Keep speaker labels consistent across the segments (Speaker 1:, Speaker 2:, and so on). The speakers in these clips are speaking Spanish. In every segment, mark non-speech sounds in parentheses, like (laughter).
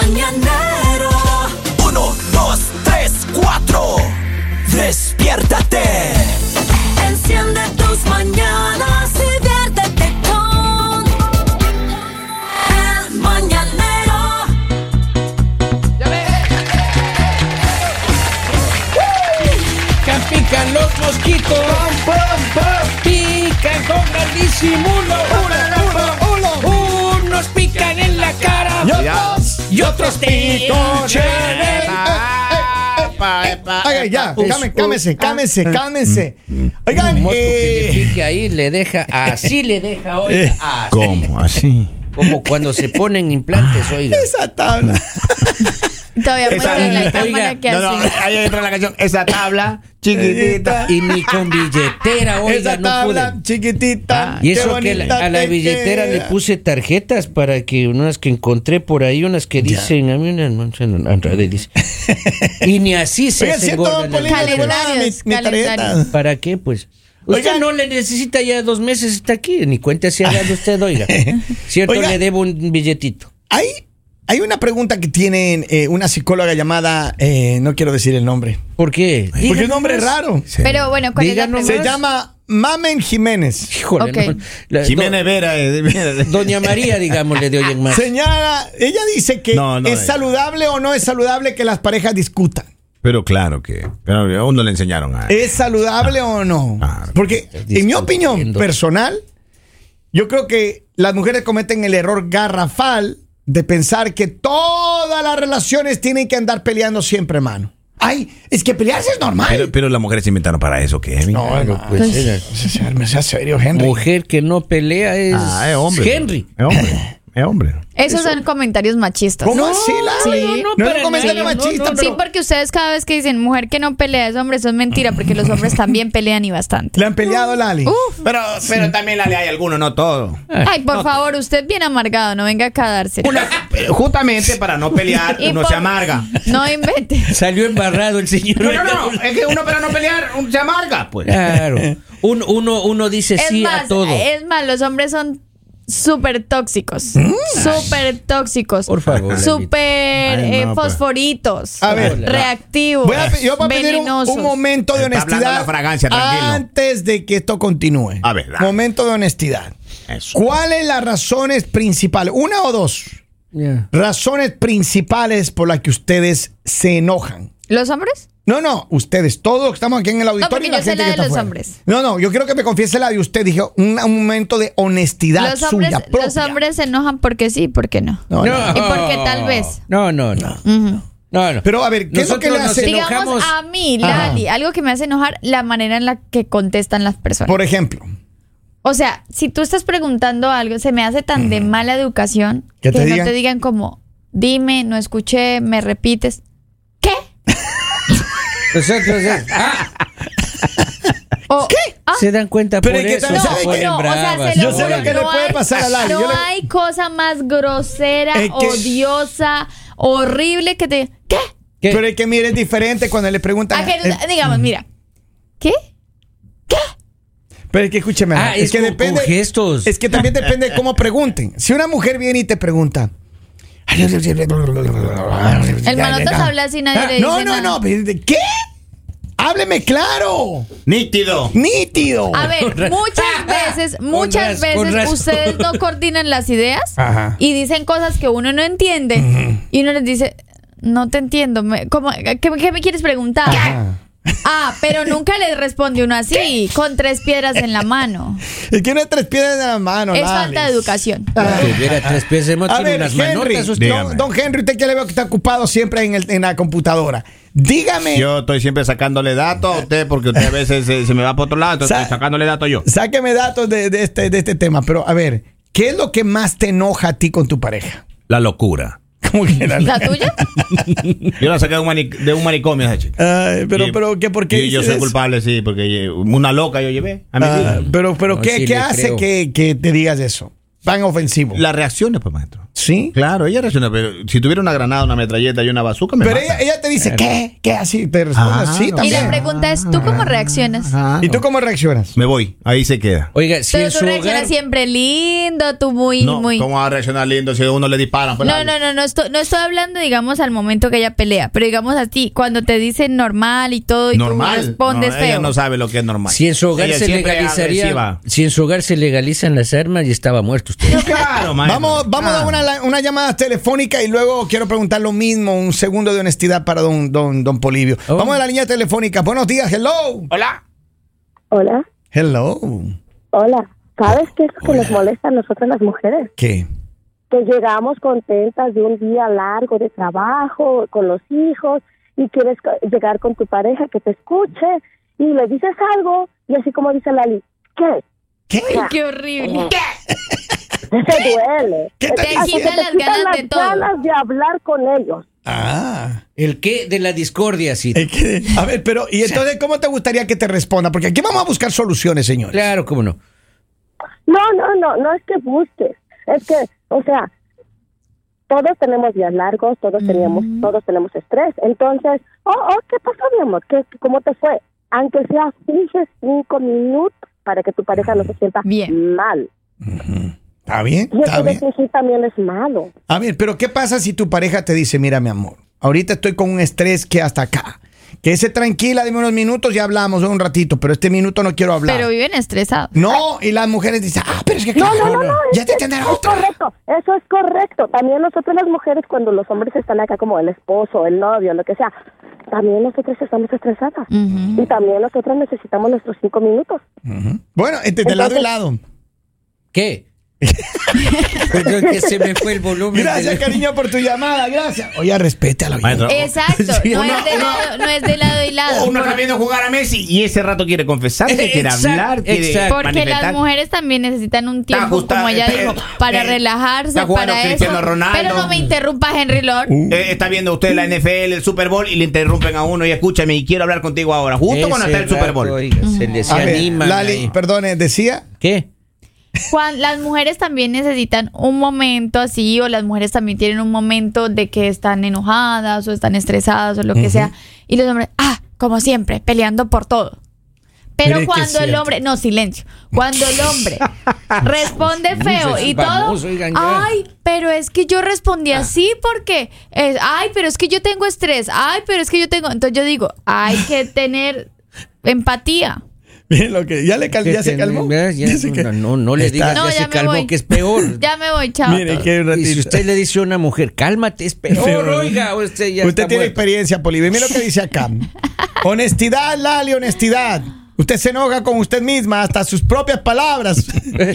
Speaker 1: mañanero. Uno, dos, tres, cuatro. Despiértate. Enciende tus mañanas y viértete con el mañanero.
Speaker 2: Pican, pican los mosquitos. Pican con gran disimulo. Uno, uno, uno. Unos pican en la cara. Y otros pican en el- Ah,
Speaker 3: Oigan, ya, cámen- cámense, cámense, cámense.
Speaker 2: mm,
Speaker 3: Oigan,
Speaker 2: Moto que
Speaker 3: eh,
Speaker 2: le pique ahí le deja, así le deja, oiga. así.
Speaker 4: Eh, (laughs) ¿Cómo? Ah. Así.
Speaker 2: Como cuando se ponen implantes, oiga.
Speaker 3: (laughs) esa tabla.
Speaker 5: (laughs) Todavía muestra la
Speaker 2: Oiga,
Speaker 5: cámara que
Speaker 4: No, no,
Speaker 5: así.
Speaker 4: ahí entra la canción. Esa tabla chiquitita.
Speaker 2: Y ni con billetera, oiga,
Speaker 3: esa
Speaker 2: no
Speaker 3: tabla
Speaker 2: pude. Ah,
Speaker 3: chiquitita.
Speaker 2: Y
Speaker 3: qué
Speaker 2: eso que la-
Speaker 3: bonita
Speaker 2: a la
Speaker 3: te
Speaker 2: billetera le
Speaker 3: queda.
Speaker 2: puse tarjetas para que unas que encontré por ahí, unas que dicen, a mí una no sé, no, Andrade dice. Y ni así se
Speaker 3: Oigan,
Speaker 2: hacen
Speaker 3: siento
Speaker 2: gordas las
Speaker 3: Polina, de
Speaker 2: tarjetas.
Speaker 3: volada mi, mi
Speaker 5: Calendarios,
Speaker 3: tarjeta.
Speaker 5: calendarios.
Speaker 2: ¿Para qué, pues? Usted
Speaker 3: Oiga.
Speaker 2: no le necesita ya dos meses, está aquí, ni cuenta si ha dado usted,
Speaker 3: (laughs)
Speaker 2: oiga. Cierto,
Speaker 3: Oiga.
Speaker 2: le debo un billetito.
Speaker 3: Hay, hay una pregunta que tienen eh, una psicóloga llamada, eh, no quiero decir el nombre,
Speaker 2: ¿Por qué?
Speaker 3: porque el nombre es raro.
Speaker 5: Pero bueno, ¿cuál
Speaker 2: Diga
Speaker 5: es la
Speaker 2: nomás.
Speaker 3: Se
Speaker 5: pregunta?
Speaker 3: llama Mamen Jiménez.
Speaker 2: Híjole,
Speaker 5: Ok.
Speaker 2: no. La-
Speaker 4: Jimena Vera. eh, mira,
Speaker 2: do- Doña María, digamos, le de hoy en
Speaker 3: (laughs)
Speaker 2: más.
Speaker 3: Señala, ella dice que
Speaker 4: No, no,
Speaker 3: es
Speaker 4: eh.
Speaker 3: saludable o no es saludable que las parejas discutan.
Speaker 4: Pero claro que. Pero aún no le enseñaron a.
Speaker 3: ¿Es saludable o no?
Speaker 4: Claro.
Speaker 3: Porque, en mi
Speaker 2: discutiendo.
Speaker 3: opinión personal, yo creo que las mujeres cometen el error garrafal de pensar que todas las relaciones tienen que andar peleando siempre, mano. Ay, es que pelearse es normal.
Speaker 4: Pero, pero las mujeres se inventaron para eso, ¿qué? Henry?
Speaker 3: no,
Speaker 2: Claro,
Speaker 3: no,
Speaker 2: pues,
Speaker 5: Ay.
Speaker 2: era-
Speaker 3: sea, no sea serio, Henry.
Speaker 2: Mujer que no pelea es,
Speaker 3: eh,
Speaker 4: Ah, es hombre.
Speaker 2: Henry.
Speaker 4: Es hombre. Es hombre.
Speaker 5: Esos son comentarios machistas.
Speaker 3: ¿Cómo así, Lara?
Speaker 5: sí.
Speaker 3: No,
Speaker 5: no,
Speaker 3: no,
Speaker 2: para
Speaker 3: comentario
Speaker 2: nada, no,
Speaker 3: machista,
Speaker 2: no, no.
Speaker 3: pero
Speaker 5: Sí, porque ustedes cada vez que dicen mujer que no pelea es hombre, eso es mentira, porque los hombres también pelean y bastante.
Speaker 3: le han peleado, Lali.
Speaker 5: Uf,
Speaker 4: Pero, pero también la le hay alguno, no todo.
Speaker 2: Eh,
Speaker 5: ay, por favor, usted bien amargado, no venga acá a darse.
Speaker 4: Eh, Justamente para no pelear,
Speaker 5: Y
Speaker 4: uno
Speaker 5: por-
Speaker 4: se amarga.
Speaker 5: No
Speaker 2: (laughs)
Speaker 5: invente.
Speaker 2: Salió embarrado el señor.
Speaker 4: No, no, no. Es que uno para no pelear uno se amarga, pues.
Speaker 2: Claro. Un- uno, uno dice
Speaker 5: Es
Speaker 2: sí
Speaker 5: más, eh,
Speaker 2: a todo.
Speaker 5: es más, los hombres son súper tóxicos. Súper tóxicos.
Speaker 2: Mm. Por favor.
Speaker 5: Súper
Speaker 4: Ay,
Speaker 5: eh,
Speaker 4: no, pues.
Speaker 5: fosforitos.
Speaker 3: A ver.
Speaker 5: Reactivos.
Speaker 3: Voy a- yo voy a pedir un,
Speaker 5: venenosos.
Speaker 3: un momento de
Speaker 4: Está hablando
Speaker 3: honestidad
Speaker 4: la fragancia, tranquilo.
Speaker 3: antes de que esto continúe.
Speaker 4: A ver, dale.
Speaker 3: Momento de honestidad.
Speaker 4: Eso.
Speaker 3: ¿Cuáles las razones principales? Una o dos
Speaker 2: Ya.
Speaker 3: razones principales por las que ustedes se enojan.
Speaker 5: ¿Los hombres?
Speaker 3: No, no, ustedes, todos los que estamos aquí en el auditorio.
Speaker 5: porque
Speaker 3: y la
Speaker 5: yo sé
Speaker 3: gente
Speaker 5: la
Speaker 3: que
Speaker 5: de
Speaker 3: está
Speaker 5: los
Speaker 3: afuera.
Speaker 5: hombres.
Speaker 3: No, no, yo quiero que me confiese la de usted. Dije, un, un momento de honestidad
Speaker 5: Los hombres,
Speaker 3: suya propia.
Speaker 5: los hombres se enojan porque sí, porque no.
Speaker 3: No, no.
Speaker 5: ¿Y por qué tal vez?
Speaker 2: No, no, no.
Speaker 5: Ujú.
Speaker 2: No, no.
Speaker 3: Pero, a ver, ¿qué es lo que le
Speaker 2: Nosotros nos
Speaker 3: hace-
Speaker 5: Digamos ah,
Speaker 2: enojamos?
Speaker 5: a mí, Lali, algo que me hace enojar, la manera en la que contestan las personas.
Speaker 3: Por ejemplo.
Speaker 5: O sea, si tú estás preguntando algo, se me hace tan de mala educación
Speaker 3: ¿Que
Speaker 5: que,
Speaker 3: te
Speaker 5: no
Speaker 3: digan?
Speaker 5: te digan como, dime, no escuché, me repites. ¿Qué?
Speaker 2: Nosotros es- ah,
Speaker 5: O, (laughs) ah,
Speaker 2: se dan cuenta
Speaker 3: Pero
Speaker 2: por
Speaker 3: es que
Speaker 2: eso.
Speaker 3: también-
Speaker 2: se
Speaker 3: ¿sabe qué?
Speaker 2: ponen
Speaker 5: No, o sea,
Speaker 2: bravas,
Speaker 5: se
Speaker 3: Yo
Speaker 5: lo
Speaker 3: sé lo
Speaker 5: juro,
Speaker 3: que le
Speaker 5: no
Speaker 3: puede
Speaker 5: hay-
Speaker 3: pasar a Lali.
Speaker 5: No
Speaker 3: Yo le-
Speaker 5: hay cosa más grosera,
Speaker 3: Es que-
Speaker 5: odiosa, horrible que te ¿qué?
Speaker 2: ¿Qué?
Speaker 3: Pero es que mire, es diferente cuando le preguntan.
Speaker 5: A que-
Speaker 3: eh,
Speaker 5: digamos, mira, ¿qué?
Speaker 3: Pero es que escúcheme,
Speaker 2: Ah,
Speaker 3: es,
Speaker 2: es
Speaker 3: que
Speaker 2: con-
Speaker 3: depende.
Speaker 2: con gestos.
Speaker 3: Es que también depende
Speaker 2: (laughs)
Speaker 3: de cómo pregunten. Si una mujer viene y te pregunta.
Speaker 5: El manotas habla así, nadie le dice
Speaker 3: Ah, No, no,
Speaker 5: nada.
Speaker 3: no. ¿Qué? Hábleme claro.
Speaker 4: Nítido.
Speaker 3: Nítido.
Speaker 5: A ver, muchas veces,
Speaker 2: Con
Speaker 5: muchas
Speaker 2: raz- con
Speaker 5: veces
Speaker 2: razón.
Speaker 5: ustedes no coordinan las ideas
Speaker 3: Ajá.
Speaker 5: y dicen cosas que uno no entiende y uno les dice, no te entiendo, me- ¿cómo- qué, qué me quieres preguntar?
Speaker 3: Ajá.
Speaker 5: Ah, pero nunca les responde uno así, con tres piedras en la mano.
Speaker 3: Es que no hay tres piedras en la mano.
Speaker 5: Es
Speaker 3: Lali.
Speaker 5: falta de educación.
Speaker 2: Que hubiera tres pies hemos
Speaker 3: A
Speaker 2: tiene
Speaker 3: ver,
Speaker 2: unas
Speaker 3: Henry,
Speaker 2: manotas. usted.
Speaker 4: Dígame.
Speaker 3: don, don Henry, usted que le veo que está ocupado siempre en, el- en la computadora. Dígame,
Speaker 4: Yo estoy siempre sacándole datos a usted porque usted a veces se, se me va para otro lado, entonces
Speaker 3: Sa-
Speaker 4: estoy sacándole datos yo.
Speaker 3: sáqueme datos de, de este, de este tema, pero a ver, ¿qué es lo que más te enoja a ti con tu pareja?
Speaker 4: La locura.
Speaker 3: ¿Cómo que la-
Speaker 5: ¿La tuya?
Speaker 4: Yo la saqué de un, mani- de un manicomio esa chica.
Speaker 3: Ay, pero,
Speaker 4: Y-
Speaker 3: pero, ¿qué, ¿por qué?
Speaker 4: y yo
Speaker 3: dices
Speaker 4: soy
Speaker 3: eso?
Speaker 4: culpable, sí, porque eh, una loca yo llevé a mi
Speaker 3: Ah,
Speaker 4: vida.
Speaker 3: pero, pero
Speaker 2: No,
Speaker 3: ¿qué,
Speaker 2: sí
Speaker 3: qué
Speaker 2: le
Speaker 3: hace
Speaker 2: creo.
Speaker 3: que, que te digas eso? Tan ofensivo.
Speaker 4: Las reacciones, pues, maestro.
Speaker 3: Sí.
Speaker 4: Claro, ella reacciona, pero si tuviera una granada, una metralleta y una bazooka, me
Speaker 3: Pero
Speaker 4: mata.
Speaker 3: ella, ella te dice, ¿qué? ¿Qué así? Te responde
Speaker 4: Ah,
Speaker 3: así
Speaker 4: no.
Speaker 5: Y
Speaker 3: también.
Speaker 5: la pregunta es, ¿tú cómo reaccionas?
Speaker 4: Ah,
Speaker 3: ¿Y tú cómo reaccionas?
Speaker 4: Me voy, ahí se queda.
Speaker 2: Oiga, si
Speaker 5: Pero
Speaker 2: es
Speaker 5: tú
Speaker 2: su
Speaker 5: reaccionas
Speaker 2: hogar,
Speaker 5: siempre lindo, tú muy,
Speaker 4: no,
Speaker 5: muy...
Speaker 4: ¿Cómo va a reaccionar lindo si a uno le disparan? Pues,
Speaker 5: No,
Speaker 4: la-
Speaker 5: no, no, no estoy, no estoy hablando, digamos, al momento que ella pelea, pero digamos así, cuando te dicen normal y todo y tú
Speaker 4: Normal.
Speaker 5: respondes
Speaker 4: no,
Speaker 5: feo.
Speaker 4: Ella no sabe lo que es normal.
Speaker 2: si en su hogar
Speaker 4: Ella
Speaker 2: se
Speaker 4: siempre es
Speaker 2: legalizaría,
Speaker 4: agresiva.
Speaker 2: si en su hogar se legalizan las armas y estaba muerto usted.
Speaker 4: Claro, maestro.
Speaker 3: Vamos, vamos a una, la- una llamada telefónica y luego quiero preguntar lo mismo, un segundo de honestidad para don, don, don Polivio.
Speaker 2: Oh.
Speaker 3: Vamos a la línea telefónica. Buenos días, hello.
Speaker 6: Hola,
Speaker 3: Hello.
Speaker 6: hola. ¿Sabes qué es lo que nos molesta a nosotras las mujeres?
Speaker 3: ¿Qué?
Speaker 6: Que llegamos contentas de un día largo de trabajo, con los hijos, y quieres co- llegar con tu pareja que te escuche, y le dices algo, y así como dice Lali, ¿qué? (laughs)
Speaker 3: ¿Qué?
Speaker 5: Ay, (laughs) qué horrible.
Speaker 6: Se duele.
Speaker 3: ¿Qué te
Speaker 6: Así que
Speaker 5: quitan las
Speaker 6: quitan
Speaker 5: ganas
Speaker 6: las
Speaker 5: de todo.
Speaker 6: ganas de hablar con ellos.
Speaker 3: Ah.
Speaker 2: El qué de la discordia, sí.
Speaker 3: Es que- a ver, pero, ¿y entonces cómo te gustaría que te responda? Porque aquí vamos a buscar soluciones, señores.
Speaker 2: Claro, cómo no.
Speaker 6: No, no, no, no es que busques. Es que, o sea, todos tenemos días largos, todos teníamos, todos tenemos estrés. Entonces, oh, oh, ¿qué pasó, mi amor? ¿Qué, ¿Cómo te fue? Aunque sea finge cinco minutos para que tu pareja no se sienta
Speaker 5: Bien.
Speaker 6: mal.
Speaker 3: ¿Está bien?
Speaker 6: Y
Speaker 3: Está
Speaker 6: eso de
Speaker 3: bien.
Speaker 6: fingir también es malo.
Speaker 3: A ver, pero ¿qué pasa si tu pareja te dice, mira, mi amor, ahorita estoy con un estrés que hasta acá? Que se tranquila, dime unos minutos y hablamos un ratito, pero este minuto no quiero hablar.
Speaker 5: Pero viven estresados.
Speaker 3: No, y las mujeres dicen, ah, pero es que
Speaker 6: No,
Speaker 3: claro,
Speaker 6: no, no, no.
Speaker 3: ya
Speaker 6: es-
Speaker 3: te
Speaker 6: es-
Speaker 3: tendrá
Speaker 6: es
Speaker 3: otra.
Speaker 6: correcto, eso es correcto. También nosotros las mujeres, cuando los hombres están acá como el esposo, el novio, lo que sea, también nosotros estamos estresadas. Y también nosotros necesitamos nuestros cinco minutos.
Speaker 3: Bueno, este, de lado a
Speaker 6: Entonces-
Speaker 3: lado.
Speaker 2: ¿Qué? (laughs) Perdón, que se me fue el volumen.
Speaker 3: Gracias,
Speaker 2: del-
Speaker 3: cariño, por tu llamada, gracias. Oye, respétala. oye.
Speaker 4: Maestro, (laughs)
Speaker 5: Exacto,
Speaker 2: Sí,
Speaker 5: no,
Speaker 2: uno-
Speaker 5: es de lado, no es de lado y lado.
Speaker 4: Uno está viendo jugar a Messi y ese rato quiere confesar, que
Speaker 3: (laughs)
Speaker 4: quiere
Speaker 2: Exacto,
Speaker 4: hablar, quiere
Speaker 2: exacto.
Speaker 5: Porque las
Speaker 4: manifestar.
Speaker 5: mujeres también necesitan un tiempo,
Speaker 4: justa-
Speaker 5: como ella
Speaker 4: eh,
Speaker 5: dijo,
Speaker 4: eh,
Speaker 5: para
Speaker 4: eh,
Speaker 5: relajarse,
Speaker 4: está jugando
Speaker 5: para eso.
Speaker 4: Cristiano Ronaldo.
Speaker 5: Pero no me interrumpas, Henry Lord.
Speaker 4: Eh, está viendo usted la NFL, el Super Bowl y le interrumpen a uno y escúchame y quiero hablar contigo ahora, justo cuando
Speaker 2: Ese
Speaker 4: está el Super
Speaker 2: rato,
Speaker 4: Bowl.
Speaker 2: oiga, se les
Speaker 3: A ver,
Speaker 2: anima.
Speaker 3: Lali, perdone, decía. (laughs)
Speaker 2: ¿Qué?
Speaker 5: Juan, las mujeres también necesitan un momento así, o las mujeres también tienen un momento de que están enojadas o están estresadas o lo que sea. Y los hombres, ah, como siempre, peleando por todo. Pero
Speaker 3: Pero es que es
Speaker 5: cuando el
Speaker 3: cierto.
Speaker 5: hombre, no, silencio, cuando
Speaker 2: (laughs)
Speaker 5: el hombre responde feo
Speaker 2: es
Speaker 5: y
Speaker 2: famoso,
Speaker 5: todo,
Speaker 2: oigan, ya. Ah.
Speaker 5: ay, pero es que yo respondí así porque, es, ay, pero es que yo tengo estrés, ay, pero es que yo tengo, entonces yo digo, hay que tener empatía.
Speaker 3: Miren lo que. Ya, le cal- ya
Speaker 2: Que
Speaker 3: se
Speaker 2: te-
Speaker 3: calmó.
Speaker 2: ya- ya
Speaker 3: Dice
Speaker 2: no,
Speaker 3: que-
Speaker 2: no, no, no le digas
Speaker 3: Está-
Speaker 5: No,
Speaker 2: Ah, ya,
Speaker 5: ya
Speaker 2: se
Speaker 5: me
Speaker 2: calmó,
Speaker 5: voy.
Speaker 2: que es
Speaker 3: (laughs)
Speaker 2: peor.
Speaker 5: (laughs) Ya me voy, chao.
Speaker 3: Mire, que un
Speaker 2: Y si
Speaker 3: ratito.
Speaker 2: usted le dice a una mujer, cálmate, es (laughs) peor,
Speaker 3: Peor.
Speaker 2: oiga, usted ya
Speaker 3: Usted
Speaker 2: está muerto.
Speaker 3: tiene experiencia, Polivio. Mira lo que
Speaker 2: (laughs)
Speaker 3: dice acá. honestidad, Lali, honestidad. Usted se enoja con usted misma, hasta sus propias
Speaker 2: (laughs)
Speaker 3: palabras.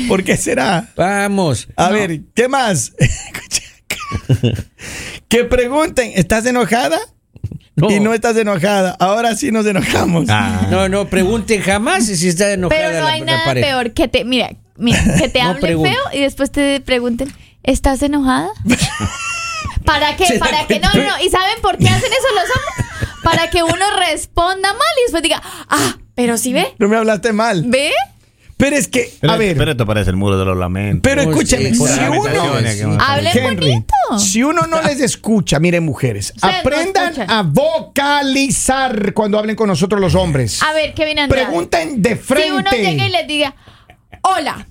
Speaker 3: ¿Por qué será?
Speaker 2: Vamos.
Speaker 3: A ver, ¿qué más? (laughs) Escucha acá. que pregunten, ¿estás enojada?
Speaker 2: No.
Speaker 3: Y no estás enojada. Ahora sí nos enojamos.
Speaker 4: Ah.
Speaker 2: No, no, pregunten jamás si está enojada
Speaker 5: Pero no
Speaker 2: la-
Speaker 5: hay
Speaker 2: la
Speaker 5: nada
Speaker 2: pareja.
Speaker 5: peor que te, mira, mira, que te
Speaker 2: No
Speaker 5: hablen
Speaker 2: pregunte.
Speaker 5: feo y después te pregunten, ¿estás enojada? ¿Para
Speaker 2: Se
Speaker 5: qué?
Speaker 2: da
Speaker 5: ¿Para qué? No, no,
Speaker 2: cuenta.
Speaker 5: no. ¿Y saben por qué hacen eso los hombres? Para que uno responda mal y después diga, ah, pero si ve,
Speaker 3: No me hablaste mal.
Speaker 5: ve.
Speaker 3: Pero es que,
Speaker 4: Pero,
Speaker 3: a ver,
Speaker 4: pero
Speaker 3: pero,
Speaker 4: esto parece el muro de los lamentos.
Speaker 2: Uy, sí,
Speaker 3: escúchame, si
Speaker 2: por
Speaker 3: uno,
Speaker 2: eh, lamentaciones.
Speaker 4: que-
Speaker 5: Hablen
Speaker 3: Henry,
Speaker 5: bonito.
Speaker 3: si uno no les escucha, miren mujeres,
Speaker 5: no
Speaker 3: aprendan
Speaker 5: escuchan.
Speaker 3: a vocalizar cuando hablen con nosotros los hombres.
Speaker 5: A ver, Kevin Andrade.
Speaker 3: Pregunten de frente.
Speaker 5: Si uno llega y les diga, hola,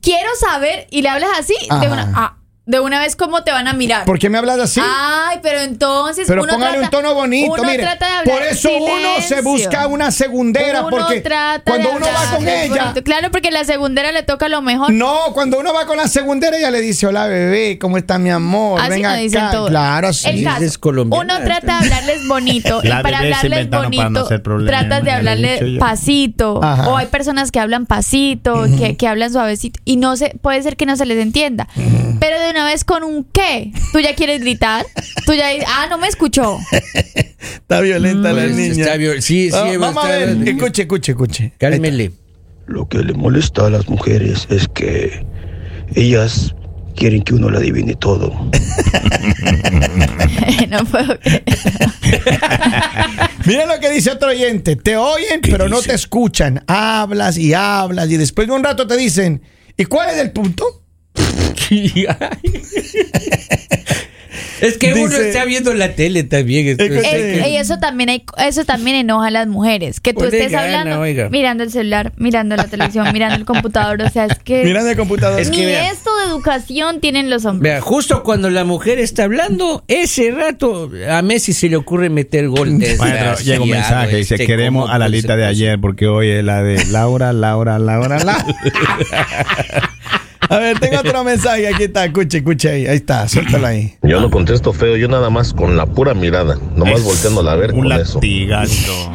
Speaker 5: quiero saber, y le hablas así, de
Speaker 3: Ajá.
Speaker 5: una, ah, de una vez cómo te van a mirar.
Speaker 3: ¿Por qué me hablas así?
Speaker 5: Ay, pero entonces.
Speaker 3: Pero
Speaker 5: Ah, uno
Speaker 3: póngale un
Speaker 5: trata-
Speaker 3: tono bonito,
Speaker 5: uno
Speaker 3: mire.
Speaker 5: trata de hablar
Speaker 3: por eso
Speaker 5: en
Speaker 3: uno se
Speaker 5: silencio.
Speaker 3: busca una segundera,
Speaker 5: Uno
Speaker 3: porque
Speaker 5: trata
Speaker 3: cuando
Speaker 5: de
Speaker 3: uno va
Speaker 5: hablar
Speaker 3: con ella,
Speaker 5: bonito. Claro, porque la segundera le toca lo mejor.
Speaker 3: no, cuando uno va con la segundera ella le dice, hola bebé, ¿cómo está mi amor?
Speaker 5: Así
Speaker 3: Venga
Speaker 5: nos dicen
Speaker 3: acá.
Speaker 5: todos.
Speaker 3: Claro, sí.
Speaker 5: El caso,
Speaker 2: Es colombiana.
Speaker 5: uno trata de hablarles bonito y
Speaker 4: La
Speaker 5: para
Speaker 4: bebé se
Speaker 5: hablarles
Speaker 4: inventaron
Speaker 5: bonito
Speaker 4: para no hacer problemas,
Speaker 5: tratas de
Speaker 4: ya lo he dicho
Speaker 5: hablarle
Speaker 4: yo.
Speaker 5: pasito
Speaker 3: Ajá.
Speaker 5: o hay personas que hablan pasito, que, que hablan suavecito y no se puede ser que no se les entienda. Pero de una vez con un qué, tú ya quieres gritar, tú ya dices, ah, no me escuchó. (laughs)
Speaker 3: Está violenta la
Speaker 2: Pues,
Speaker 3: niña.
Speaker 2: está viol- sí, sí,
Speaker 3: Ah,
Speaker 2: está-
Speaker 3: vamos a ver, escuche, escuche, escuche.
Speaker 2: Cálmele.
Speaker 7: Lo que le molesta a las mujeres es que ellas quieren que uno le adivine todo.
Speaker 5: no puedo creer.
Speaker 3: Mira lo que dice otro oyente. Te oyen, pero no te escuchan. Hablas y hablas y después de un rato te dicen, ¿y cuál es el punto?
Speaker 2: Sí, ay. es que uno
Speaker 3: Dice-
Speaker 2: está viendo la tele también. es-
Speaker 3: Es que-
Speaker 2: o sea
Speaker 5: Eh,
Speaker 2: que-
Speaker 5: y eso también hay- eso también enoja a las mujeres que tú
Speaker 2: Ponle
Speaker 5: estés
Speaker 2: gana,
Speaker 5: hablando
Speaker 2: oiga.
Speaker 5: mirando el celular mirando la televisión mirando el computador o sea es que
Speaker 3: Mirando el computador.
Speaker 5: ni esto de educación tienen los hombres
Speaker 2: Vea, justo cuando la mujer está hablando, ese rato a Messi se le ocurre meter gol. este,
Speaker 8: Maestro, llega un mensaje, dice, queremos a la lista de ayer, porque hoy es la de Laura, Laura, Laura, Laura.
Speaker 3: (laughs) A ver, tengo otro mensaje. Aquí está. Escuche, escuche ahí. Ahí está. Suéltalo ahí.
Speaker 9: Yo no contesto feo, yo nada más con la pura mirada, nomás volteándola a ver
Speaker 8: Un
Speaker 9: con eso.
Speaker 8: latigazo.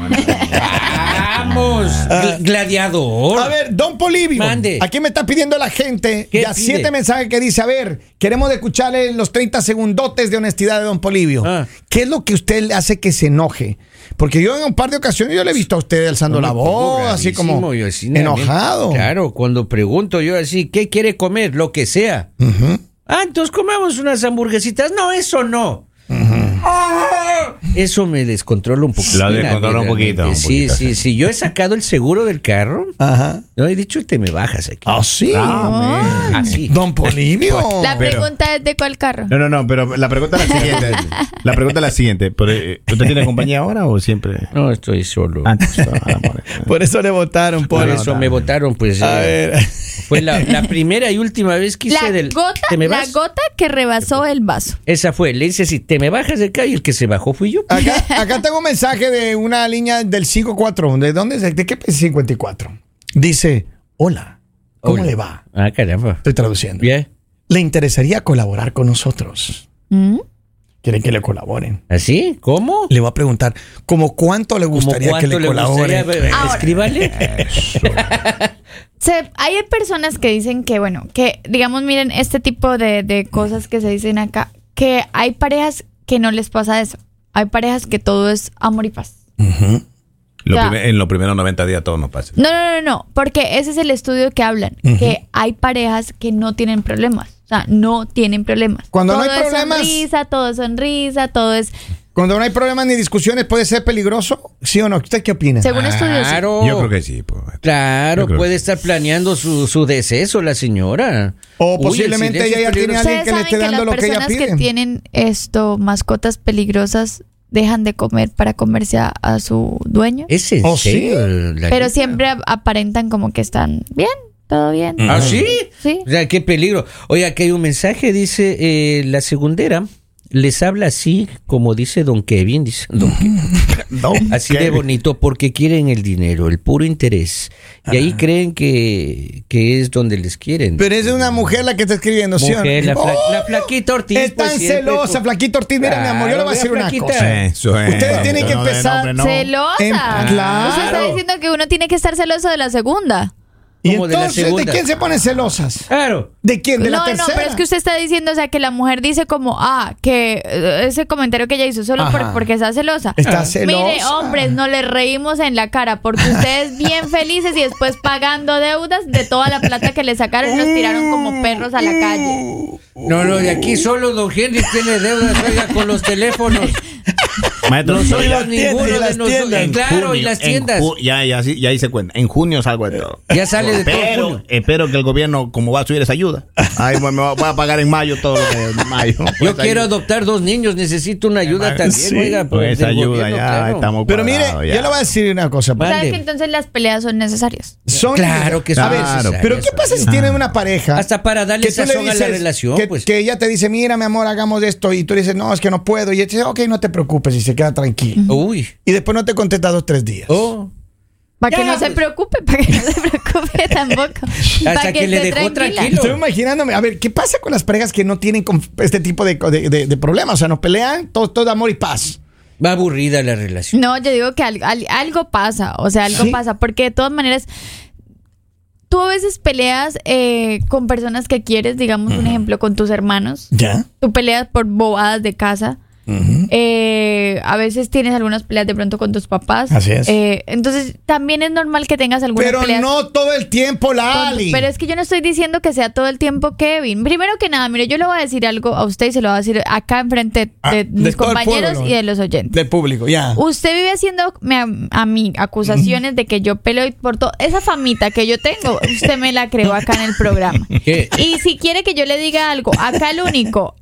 Speaker 2: Vamos,
Speaker 8: Ah.
Speaker 2: gl- gladiador.
Speaker 3: A ver, Don Polivio.
Speaker 2: Mande.
Speaker 3: Aquí me está pidiendo la gente
Speaker 2: ¿Qué
Speaker 3: ya
Speaker 2: pide?
Speaker 3: siete mensajes que dice: A ver, queremos de escucharle los 30 segundotes de honestidad de Don Polivio.
Speaker 2: Ah.
Speaker 3: ¿Qué es lo que usted le hace que se enoje? Porque yo en un par de ocasiones yo le he visto a usted alzando
Speaker 2: No
Speaker 3: la
Speaker 2: me pongo
Speaker 3: voz, así
Speaker 2: bravísimo,
Speaker 3: como
Speaker 2: yo así,
Speaker 3: enojado.
Speaker 2: realmente. Claro, cuando pregunto yo así, ¿qué quiere comer? Lo que sea. Ah, entonces comamos unas hamburguesitas. No, eso no. Ah, Eso me descontrola un poquito.
Speaker 8: Lo
Speaker 2: Sí, la
Speaker 8: descontrola un
Speaker 2: verdad,
Speaker 8: poquito, un
Speaker 2: Sí,
Speaker 8: poquito.
Speaker 2: sí, sí. Yo he sacado el seguro del carro.
Speaker 3: Ajá.
Speaker 2: No he dicho, te me bajas aquí.
Speaker 3: Ah, sí.
Speaker 2: Así.
Speaker 3: Don Polivio.
Speaker 2: (laughs)
Speaker 5: la
Speaker 8: pero-
Speaker 5: pregunta es de cuál carro
Speaker 8: No, no, no, pero la pregunta es la siguiente. La pregunta es la siguiente. pero, eh, ¿Usted tiene compañía ahora o siempre?
Speaker 2: No, estoy solo.
Speaker 4: (laughs)
Speaker 8: Antes, Ah, no, amor.
Speaker 3: Por eso le votaron,
Speaker 2: Por
Speaker 3: pobre.
Speaker 2: eso me votaron, pues.
Speaker 3: A
Speaker 2: eh,
Speaker 3: ver.
Speaker 2: Fue la, la primera y última vez que hice
Speaker 5: la
Speaker 2: del.
Speaker 5: gota
Speaker 2: ¿Te me
Speaker 5: la
Speaker 2: vas?
Speaker 5: gota que rebasó el vaso
Speaker 2: Esa fue. Le hice así, te me bajas de acá y el que se bajó fui yo.
Speaker 3: Acá, acá tengo un mensaje de una línea del 54. ¿De dónde es? ¿De qué país es 54? Dice, hola, ¿cómo
Speaker 2: Hola.
Speaker 3: le va?
Speaker 2: Ah, caramba.
Speaker 3: Estoy traduciendo.
Speaker 2: Bien.
Speaker 3: ¿Le interesaría colaborar con nosotros?
Speaker 5: ¿Mm?
Speaker 3: Quieren que le colaboren.
Speaker 2: ¿Así? ¿Cómo?
Speaker 3: Le voy a preguntar, ¿cómo cuánto le
Speaker 2: ¿Cómo
Speaker 3: gustaría que
Speaker 2: cuánto
Speaker 3: le,
Speaker 2: le gustaría?
Speaker 3: colabore?
Speaker 2: Ve- ve,
Speaker 3: (laughs)
Speaker 5: Ahora.
Speaker 2: Escríbale.
Speaker 5: Se- hay personas que dicen que, bueno, que digamos, miren, este tipo de, de cosas que se dicen acá, que hay parejas que no les pasa eso. Hay parejas que todo es amor y paz.
Speaker 8: Lo
Speaker 5: Ya.
Speaker 8: primer- en los primeros 90 días todo nos pasa.
Speaker 5: No, no, no, no, porque ese es el estudio que hablan, que hay parejas que no tienen problemas. O sea, no tienen problemas.
Speaker 3: Cuando no
Speaker 5: Todo
Speaker 3: hay
Speaker 5: es
Speaker 3: problemas-
Speaker 5: Sonrisa, todo es sonrisa, todo es.
Speaker 3: Cuando no hay problemas ni discusiones, ¿puede ser peligroso? ¿Sí o no? ¿Usted qué opina?
Speaker 5: Según estudios. sí.
Speaker 2: Claro.
Speaker 8: Yo creo que sí. pues.
Speaker 2: Claro,
Speaker 8: Yo creo
Speaker 2: puede
Speaker 8: que-
Speaker 2: estar planeando su, su deceso la señora. Uy,
Speaker 3: O
Speaker 2: el
Speaker 3: posiblemente
Speaker 2: silencio
Speaker 3: ella
Speaker 2: es
Speaker 3: ya tiene
Speaker 2: peligroso.
Speaker 3: alguien que
Speaker 5: Ustedes
Speaker 3: le
Speaker 5: saben
Speaker 3: esté
Speaker 5: que
Speaker 3: dando
Speaker 5: las
Speaker 3: lo que ella
Speaker 5: personas que
Speaker 3: pide.
Speaker 5: tienen esto, mascotas peligrosas, dejan de comer para comerse a, a su dueño.
Speaker 2: ¿Es en
Speaker 3: Oh,
Speaker 2: serio? la
Speaker 5: Pero
Speaker 2: neta?
Speaker 5: siempre ap- aparentan como que están bien, todo bien.
Speaker 3: Mm.
Speaker 2: ¿Ah, sí?
Speaker 5: Sí.
Speaker 2: O sea, qué peligro. Oye, aquí hay un mensaje, dice eh, la segundera. Les habla así, como dice Don Kevin, dice Don
Speaker 8: (laughs)
Speaker 2: Kevin. Así de bonito, porque quieren el dinero, el puro interés. Y
Speaker 8: Ah.
Speaker 2: ahí creen que, que es donde les quieren.
Speaker 3: Pero es de una mujer la que está escribiendo, ¿sí o no?
Speaker 2: Mujer, la, fla-
Speaker 3: ¡Oh!
Speaker 2: la flaquita Ortiz.
Speaker 3: Es tan
Speaker 2: pues, siempre,
Speaker 3: celosa,
Speaker 2: pues.
Speaker 3: Flaquita Ortiz. Mira, mi amor, yo le
Speaker 2: Claro,
Speaker 3: voy a decir una
Speaker 2: flaquita.
Speaker 3: cosa.
Speaker 8: Eso es.
Speaker 3: Ustedes tienen que
Speaker 8: No, de
Speaker 3: empezar-
Speaker 8: nombre, no.
Speaker 5: Celosa.
Speaker 3: Em- claro.
Speaker 5: Usted está diciendo que uno tiene que estar celoso de la segunda.
Speaker 3: ¿Y
Speaker 2: Como de la
Speaker 3: entonces de,
Speaker 2: segunda.
Speaker 3: quién se ponen celosas?
Speaker 2: Claro.
Speaker 3: ¿De quién? ¿De
Speaker 5: no,
Speaker 3: la tercera?
Speaker 5: no, pero es que usted está diciendo, o sea, que la mujer dice como, ah, que eh, ese comentario que ella hizo solo
Speaker 3: Ajá.
Speaker 5: por- porque está celosa.
Speaker 3: Está
Speaker 5: Mire,
Speaker 3: celosa.
Speaker 5: hombres, no les reímos en la cara porque ustedes bien felices y después pagando deudas de toda la plata que le sacaron y nos tiraron como perros a la
Speaker 2: Mm.
Speaker 5: calle.
Speaker 2: No, no, de
Speaker 8: Uh.
Speaker 2: aquí solo Don Henry tiene deudas oiga, con los teléfonos.
Speaker 8: Maestro,
Speaker 2: No
Speaker 8: soy-
Speaker 2: soy
Speaker 3: las
Speaker 2: ninguno
Speaker 3: tiendas,
Speaker 2: de
Speaker 3: las
Speaker 2: nosotros.
Speaker 3: tiendas.
Speaker 2: Eh,
Speaker 8: en
Speaker 2: Claro, y
Speaker 8: junio,
Speaker 2: las
Speaker 8: en
Speaker 2: tiendas.
Speaker 8: ju- Ya, ya, sí, ya ahí se cuenta. En junio salgo de todo.
Speaker 2: Ya sale de todo
Speaker 8: Pero
Speaker 2: junio.
Speaker 8: espero que el gobierno, como va a subir esa ayuda, ahí me me va voy a pagar en mayo todo lo que en mayo.
Speaker 2: (laughs) Yo quiero adoptar dos niños, necesito una ayuda también, oiga,
Speaker 8: Con
Speaker 2: pues,
Speaker 8: esa
Speaker 2: del
Speaker 8: ayuda
Speaker 2: gobierno,
Speaker 8: ya
Speaker 2: claro.
Speaker 8: estamos
Speaker 3: Pero mire,
Speaker 8: cuadrados, ya.
Speaker 3: yo le voy a decir una cosa.
Speaker 5: O
Speaker 3: pa.
Speaker 5: sea,
Speaker 2: Mande.
Speaker 5: que entonces las peleas son necesarias.
Speaker 3: Son-
Speaker 2: Claro que son
Speaker 3: A ver,
Speaker 2: necesarias,
Speaker 3: Pero ¿qué pasa si tienen una pareja?
Speaker 2: Hasta para darle
Speaker 3: que tú le
Speaker 2: sazón a la
Speaker 3: dices
Speaker 2: relación,
Speaker 3: que,
Speaker 2: pues.
Speaker 3: que ella te dice, mira, mi amor, hagamos esto. Y tú le dices, no, es que no puedo. Y ella te dice, ok, no te preocupes. Y se queda tranquilo.
Speaker 2: Uy.
Speaker 3: Y después no te contesta dos, tres días.
Speaker 2: Oh.
Speaker 5: Para que
Speaker 2: Ya,
Speaker 5: no se
Speaker 2: pues.
Speaker 5: preocupe, para que no se preocupe
Speaker 2: (laughs)
Speaker 5: tampoco.
Speaker 2: Hasta
Speaker 5: Para
Speaker 2: que le
Speaker 5: esté
Speaker 2: dejó
Speaker 5: tranquila.
Speaker 2: tranquilo.
Speaker 3: Estoy imaginándome, a ver, ¿qué pasa con las parejas que no tienen con- este tipo de, de- de- de problemas? O sea, nos pelean, todo, todo amor y paz.
Speaker 2: Va aburrida la relación.
Speaker 5: No, yo digo que al- al- algo pasa, o sea, algo
Speaker 3: ¿Sí?
Speaker 5: pasa, porque de todas maneras, tú a veces peleas eh, con personas que quieres, digamos un ejemplo, con tus hermanos,
Speaker 3: ¿Ya?
Speaker 5: tú peleas por bobadas de casa, Eh, a veces tienes algunas peleas de pronto con tus papás.
Speaker 10: Así es.
Speaker 5: Eh, entonces, también es normal que tengas algunas
Speaker 3: Pero
Speaker 5: peleas.
Speaker 3: no todo el tiempo,
Speaker 5: con-
Speaker 3: Lali.
Speaker 5: Pero es que yo no estoy diciendo que sea todo el tiempo Kevin. Primero que nada, mire, yo le voy a decir algo a usted y se lo voy a decir acá enfrente de,
Speaker 10: Ah, de
Speaker 5: mis
Speaker 10: todo el
Speaker 5: compañeros
Speaker 10: pueblo.
Speaker 5: y de los oyentes.
Speaker 10: Del público, ya.
Speaker 5: Usted vive haciendo a, a mí acusaciones de que yo peleo y por todo. Esa famita que yo tengo, usted me la creó acá en el programa.
Speaker 2: ¿Qué?
Speaker 5: Y si quiere que yo le diga algo, acá el único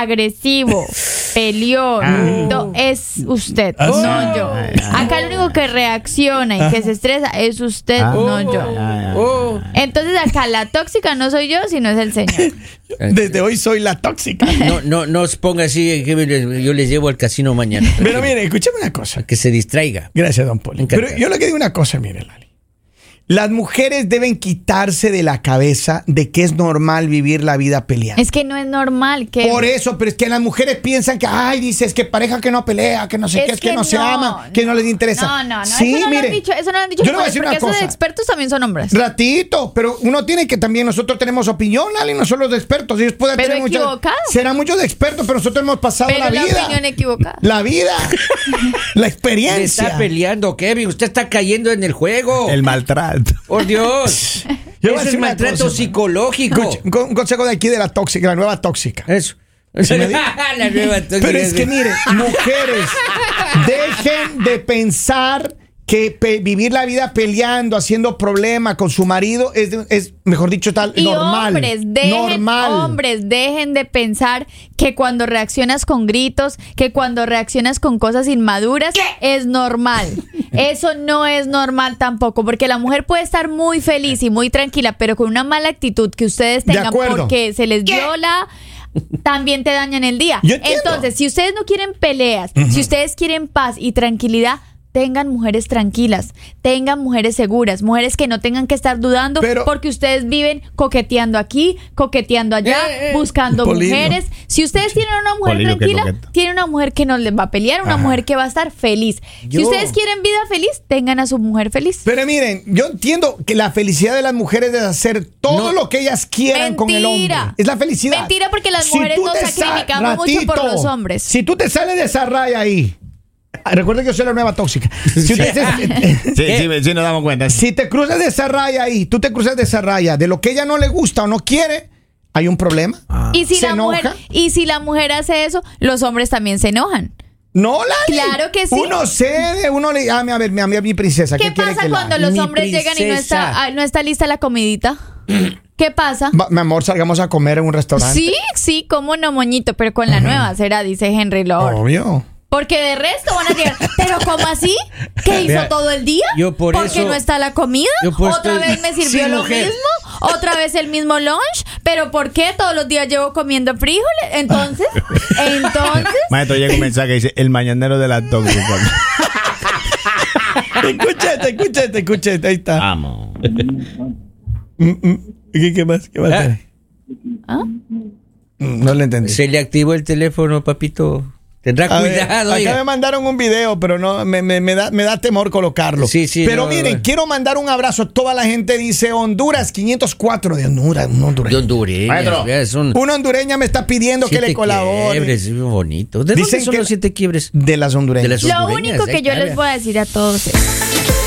Speaker 5: agresivo, peleón, no, es usted,
Speaker 10: Ah, sí.
Speaker 5: no yo. Acá el único que reacciona y que se estresa es usted,
Speaker 10: Ah.
Speaker 5: no yo. Entonces acá la tóxica no soy yo, sino es el señor.
Speaker 10: Desde hoy soy la tóxica.
Speaker 2: No, no, no os ponga así, eh, que me- yo les llevo al casino mañana.
Speaker 10: Pero mire, escúchame una cosa.
Speaker 2: Que se distraiga.
Speaker 10: Gracias, don Poli.
Speaker 2: Encantado.
Speaker 10: Pero yo le digo una cosa, mire, Lali.
Speaker 3: Las mujeres deben quitarse de la cabeza de que es normal vivir la vida peleando.
Speaker 5: Es que no es normal que...
Speaker 3: Por eso, pero es que las mujeres piensan que, ay, dices que pareja que no pelea, que no sé
Speaker 5: Es
Speaker 3: qué, es que,
Speaker 5: que
Speaker 3: no, se
Speaker 5: no,
Speaker 3: ama, que no les interesa.
Speaker 5: No, no, no.
Speaker 3: Sí,
Speaker 5: eso no
Speaker 3: mire,
Speaker 5: lo han dicho. Eso no lo han dicho.
Speaker 3: Yo le voy a
Speaker 5: mujeres,
Speaker 3: decir
Speaker 5: porque
Speaker 3: una
Speaker 5: eso de
Speaker 3: cosa.
Speaker 5: expertos también son hombres.
Speaker 3: Ratito, pero uno tiene que también, nosotros tenemos opinión, Lali, no son los expertos, ellos pueden
Speaker 5: Pero
Speaker 3: tener muchas-
Speaker 5: equivocado.
Speaker 3: Serán muchos de expertos, pero nosotros hemos pasado
Speaker 5: Pero
Speaker 3: la
Speaker 5: la
Speaker 3: vida.
Speaker 5: opinión equivocada.
Speaker 3: La vida, (laughs) la
Speaker 2: Se
Speaker 3: experiencia.
Speaker 2: está peleando, Kevin. Usted está cayendo en el juego.
Speaker 8: El maltrato.
Speaker 2: Por Dios.
Speaker 10: (laughs) Yo voy a
Speaker 2: Ese es
Speaker 10: decir una
Speaker 2: maltrato
Speaker 10: cosa.
Speaker 2: psicológico.
Speaker 3: Escuche, Un, con- un consejo de aquí de la tóxica, la nueva tóxica.
Speaker 2: Eso. (laughs) La nueva
Speaker 3: Pero
Speaker 2: tóxica.
Speaker 3: es que
Speaker 5: (laughs)
Speaker 3: mire, mujeres, dejen de pensar que pe- vivir la vida peleando, haciendo problema con su marido es, de- es, mejor dicho, tal
Speaker 5: Y
Speaker 3: normal.
Speaker 5: hombres, dejen,
Speaker 3: normal.
Speaker 5: hombres, dejen de pensar que cuando reaccionas con gritos, que cuando reaccionas con cosas inmaduras, es
Speaker 3: (laughs)
Speaker 5: normal. Eso no es normal tampoco, porque la mujer puede estar muy feliz y muy tranquila, pero con una mala actitud que ustedes
Speaker 3: De
Speaker 5: tengan
Speaker 3: acuerdo.
Speaker 5: porque se les dio la también te dañan el día.
Speaker 3: Yo entiendo.
Speaker 5: Entonces, si ustedes no quieren peleas, si ustedes quieren paz y tranquilidad, tengan mujeres tranquilas, tengan mujeres seguras, mujeres que no tengan que estar dudando
Speaker 3: Pero-
Speaker 5: porque ustedes viven coqueteando aquí, coqueteando allá,
Speaker 3: Eh,
Speaker 5: buscando
Speaker 10: Polibio.
Speaker 5: mujeres. Si ustedes tienen una mujer
Speaker 8: Polibio, qué
Speaker 5: tranquila,
Speaker 8: coqueto.
Speaker 5: tienen una mujer que no les va a pelear, una
Speaker 10: Ajá.
Speaker 5: mujer que va a estar feliz. Si
Speaker 2: Yo-
Speaker 5: ustedes quieren vida feliz, tengan a su mujer feliz.
Speaker 3: Pero miren, yo entiendo que la felicidad de las mujeres es hacer todo lo que ellas quieran con el hombre.
Speaker 5: Mentira.
Speaker 3: Es la felicidad.
Speaker 5: Mentira, porque las mujeres
Speaker 3: tú
Speaker 5: nos
Speaker 3: te sa-
Speaker 5: sacrificamos mucho por los hombres.
Speaker 3: Si tú te sales de esa raya ahí, ah, recuerda que yo soy la nueva tóxica. Si, usted se-
Speaker 8: Sí, sí, sí, nos damos cuenta.
Speaker 3: si te cruzas de esa raya ahí, tú te cruzas de esa raya, de lo que ella no le gusta o no quiere, hay un problema.
Speaker 5: Y si
Speaker 3: ¿Se
Speaker 5: la mujer,
Speaker 3: enoja?
Speaker 5: y si la mujer hace eso, los hombres también se enojan.
Speaker 3: No, Lali.
Speaker 5: Claro que sí.
Speaker 3: Uno cede, uno le. Ah, a ver, mi, a mi, a mi princesa. ¿Qué,
Speaker 5: ¿Qué
Speaker 3: quiere
Speaker 5: pasa
Speaker 3: que la-
Speaker 5: cuando los
Speaker 2: Mi
Speaker 5: hombres llegan y no está,
Speaker 2: princesa.
Speaker 5: ah, no está lista la comidita? ¿Qué pasa?
Speaker 3: Va- Mi amor, salgamos a comer en un restaurante.
Speaker 5: Sí, sí, como no, moñito, pero con la nueva será, dice Henry Lord.
Speaker 3: Obvio.
Speaker 5: Porque de resto van a llegar. Pero ¿cómo así? ¿Qué hizo
Speaker 2: Vea,
Speaker 5: todo el día?
Speaker 2: yo por
Speaker 5: ¿Porque
Speaker 2: eso-
Speaker 5: no está la comida?
Speaker 2: yo por
Speaker 5: ¿Otra
Speaker 2: esto-
Speaker 5: vez me sirvió
Speaker 2: Sí,
Speaker 5: lo
Speaker 2: mujer.
Speaker 5: mismo? ¿Otra vez el mismo lunch? ¿Pero por qué todos los días llevo comiendo frijoles?
Speaker 2: (laughs)
Speaker 5: Entonces, entonces...
Speaker 8: Maestro, llega un mensaje que dice: El mañanero de la tóxica.
Speaker 10: Escúchate, escúchate, escúchate. Ahí está.
Speaker 8: Vamos.
Speaker 10: Mm, mm. ¿Qué, qué más? ¿Qué más?
Speaker 2: Ah.
Speaker 5: ¿Ah?
Speaker 10: Mm, No lo entendí.
Speaker 2: Se le activó el teléfono, papito. Tendrá
Speaker 10: A ver,
Speaker 2: cuidado.
Speaker 10: acá
Speaker 2: oiga.
Speaker 10: me mandaron un video, pero no me, me- me da, me da temor colocarlo.
Speaker 2: Sí, sí,
Speaker 3: Pero
Speaker 2: no,
Speaker 3: miren,
Speaker 2: no.
Speaker 3: quiero mandar un abrazo. Toda la gente dice Honduras 504 de Honduras, un
Speaker 2: De
Speaker 3: hondureño.
Speaker 2: hondureñas,
Speaker 8: Maestro.
Speaker 2: vea, son
Speaker 3: Una hondureña me está pidiendo que
Speaker 2: siete
Speaker 3: le colabore.
Speaker 2: quiebres, es muy bonito. ¿De
Speaker 3: Dicen
Speaker 2: dónde son
Speaker 3: que-
Speaker 2: los siete quiebres?
Speaker 3: De las hondureñas.
Speaker 2: De las-
Speaker 5: Lo
Speaker 2: hondureñas,
Speaker 5: único
Speaker 2: ahí
Speaker 5: que yo
Speaker 2: está,
Speaker 5: les
Speaker 2: vea.
Speaker 5: voy a decir a todos es,